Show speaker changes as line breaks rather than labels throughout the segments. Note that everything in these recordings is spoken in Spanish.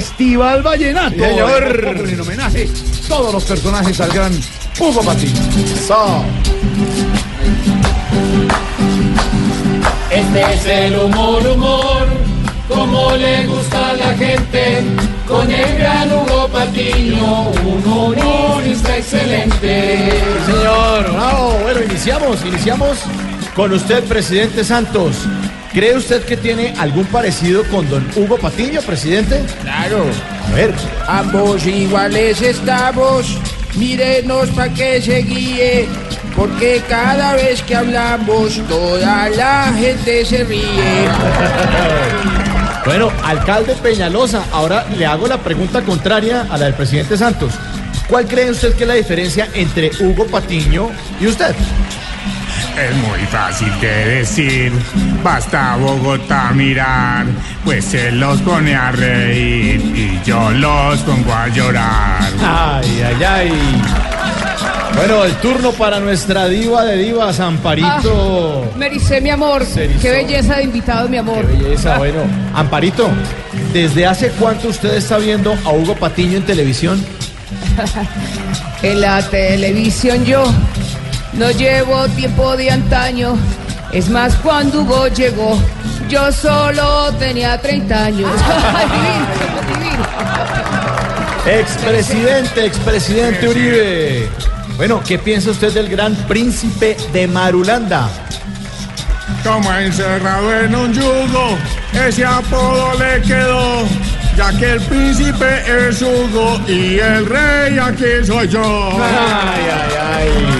Festival Vallenato.
señor.
En homenaje todos los personajes al gran Hugo Patiño.
Este es el humor, humor, como le gusta a la gente, con el gran Hugo Patiño, un humorista excelente.
Señor, bravo. Bueno, iniciamos, iniciamos con usted, presidente Santos. ¿Cree usted que tiene algún parecido con don Hugo Patiño, presidente?
Claro,
A ver,
ambos iguales estamos, mírenos pa' que se guíe, porque cada vez que hablamos toda la gente se ríe.
Ah,
bueno, alcalde Peñalosa, ahora le hago la pregunta contraria a la del presidente Santos. ¿Cuál cree usted que es la diferencia entre Hugo Patiño y usted?
Es muy fácil de decir, basta a Bogotá mirar, pues se los pone a reír y yo los pongo a llorar.
Ay, ay, ay. Bueno, el turno para nuestra diva de divas, Amparito.
Ah.
Me ericé, mi amor.
Se erizó.
Qué belleza de invitados, mi amor.
Qué belleza, bueno. Amparito, ¿desde hace cuánto usted está viendo a Hugo Patiño en televisión?
En la televisión yo no llevo tiempo de antaño. Es más, cuando Hugo llegó, yo solo tenía 30 años. Ay, divino, divino.
Expresidente, expresidente Uribe. Bueno, ¿qué piensa usted del gran príncipe de Marulanda?
Como encerrado en un yugo, ese apodo le quedó, ya que el príncipe es Hugo y el rey aquí soy yo.
ay,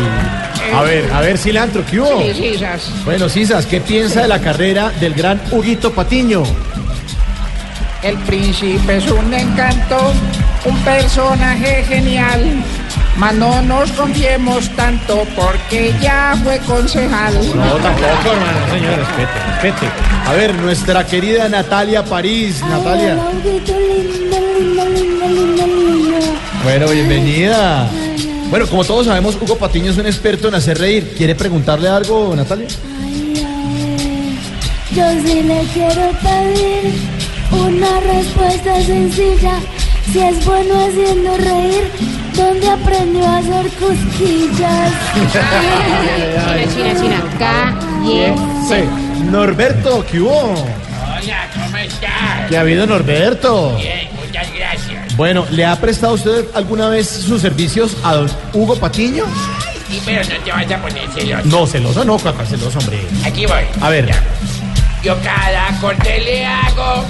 ay. A ver, a ver, cilantro, ¿qué
Oh.
hubo?
Sí, sí, esas.
Bueno, Sisas, ¿qué piensa de la carrera del gran Huguito Patiño?
El príncipe es un encanto, un personaje genial. Mas no nos confiemos tanto porque ya fue concejal.
tampoco, hermano, señor, respete, respete. A ver, nuestra querida Natalia París, Natalia.
Ay, Maurito, lindo, lindo, lindo, lindo, lindo.
Bueno, bienvenida. Bueno, como todos sabemos, Hugo Patiño es un experto en hacer reír. ¿Quiere preguntarle algo, Natalia?
Ay, a ver, Yo sí le quiero pedir una respuesta sencilla. Si es bueno haciendo reír, ¿dónde aprendió a hacer cosquillas?
China, China, China. Cállese.
Norberto, ¿qué hubo?
Hola, ¿cómo estás?
¿Qué ha habido, Norberto?
Bien, muchas gracias.
Bueno, ¿le ha prestado usted alguna vez sus servicios a don Hugo Patiño?
Y pero no te vas a poner celoso.
No, celoso, no, cuaca, celoso, hombre.
Aquí voy.
A ver.
Ya. Yo cada corte le hago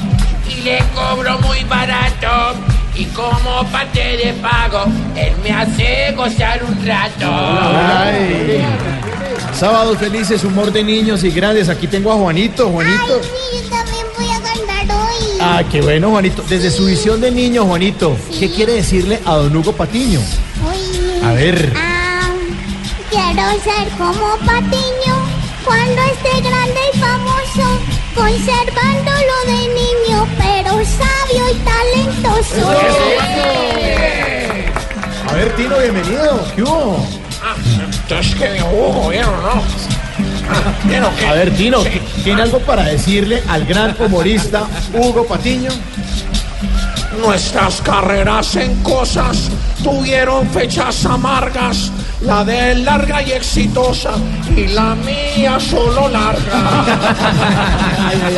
y le cobro muy barato. Y como parte de pago, él me hace gozar un rato.
Ay. Sábados felices, humor de niños y grandes. Aquí tengo a Juanito, Juanito.
sí, yo también voy a cantar hoy.
Ah, qué bueno, Juanito. Desde su visión de niño, Juanito, ¿qué quiere decirle a don Hugo Patiño? A ver.
Ah, quiero ser como Patiño cuando esté grande y famoso, conservándolo de niño, pero sabio y talentoso.
A ver, Tino, bienvenido. ¿Qué hubo?
Entonces que me hubo, ¿vieron, no? Ah, ¿vieron qué?
A ver, Tino,
Sí.
¿tiene algo para decirle al gran humorista Hugo Patiño?
Nuestras carreras en cosas tuvieron fechas amargas. La de él larga y exitosa y la mía solo larga.
Ay, ay,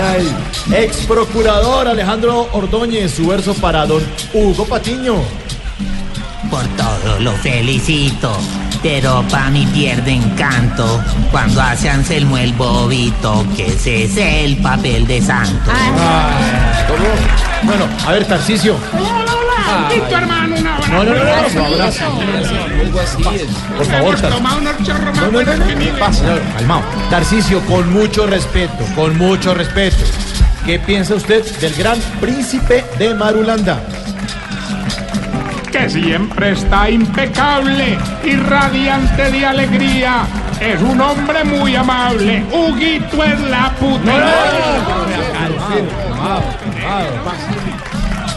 ay. Ex procurador Alejandro Ordóñez, su verso para don Hugo Patiño.
Por todo lo felicito, pero pa' mí pierde encanto cuando hace Anselmo el bobito, que ese es el papel de santo.
Bueno, a ver, Tarcicio.
Listo, hermano, una buena-
No, no, no, no, no, por favor, por favor,
Hemos
Tarcicio.
tomado unos chorros más
No, no, no,
buenos
no,
que ni le-
pase, no, calmado. Tarcicio, con mucho respeto, con mucho respeto. ¿Qué piensa usted del gran príncipe de Marulanda?
que siempre está impecable y radiante de alegría. Es un hombre muy amable. Huguito es la puta.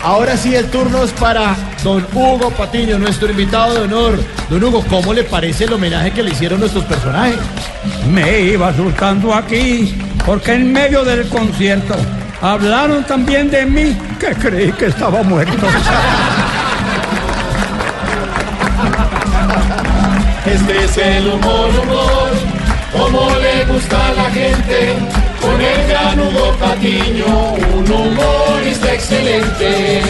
Ahora sí, el turno es para don Hugo Patiño, nuestro invitado de honor. Don Hugo, ¿cómo le parece el homenaje que le hicieron nuestros personajes?
Me iba asustando aquí porque en medio del concierto Hablaron también de mí, que creí que estaba muerto.
Este es el humor, humor, como le gusta a la gente, con el gran Hugo Patiño, un humorista excelente.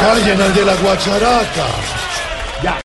Callen al de la guacharata.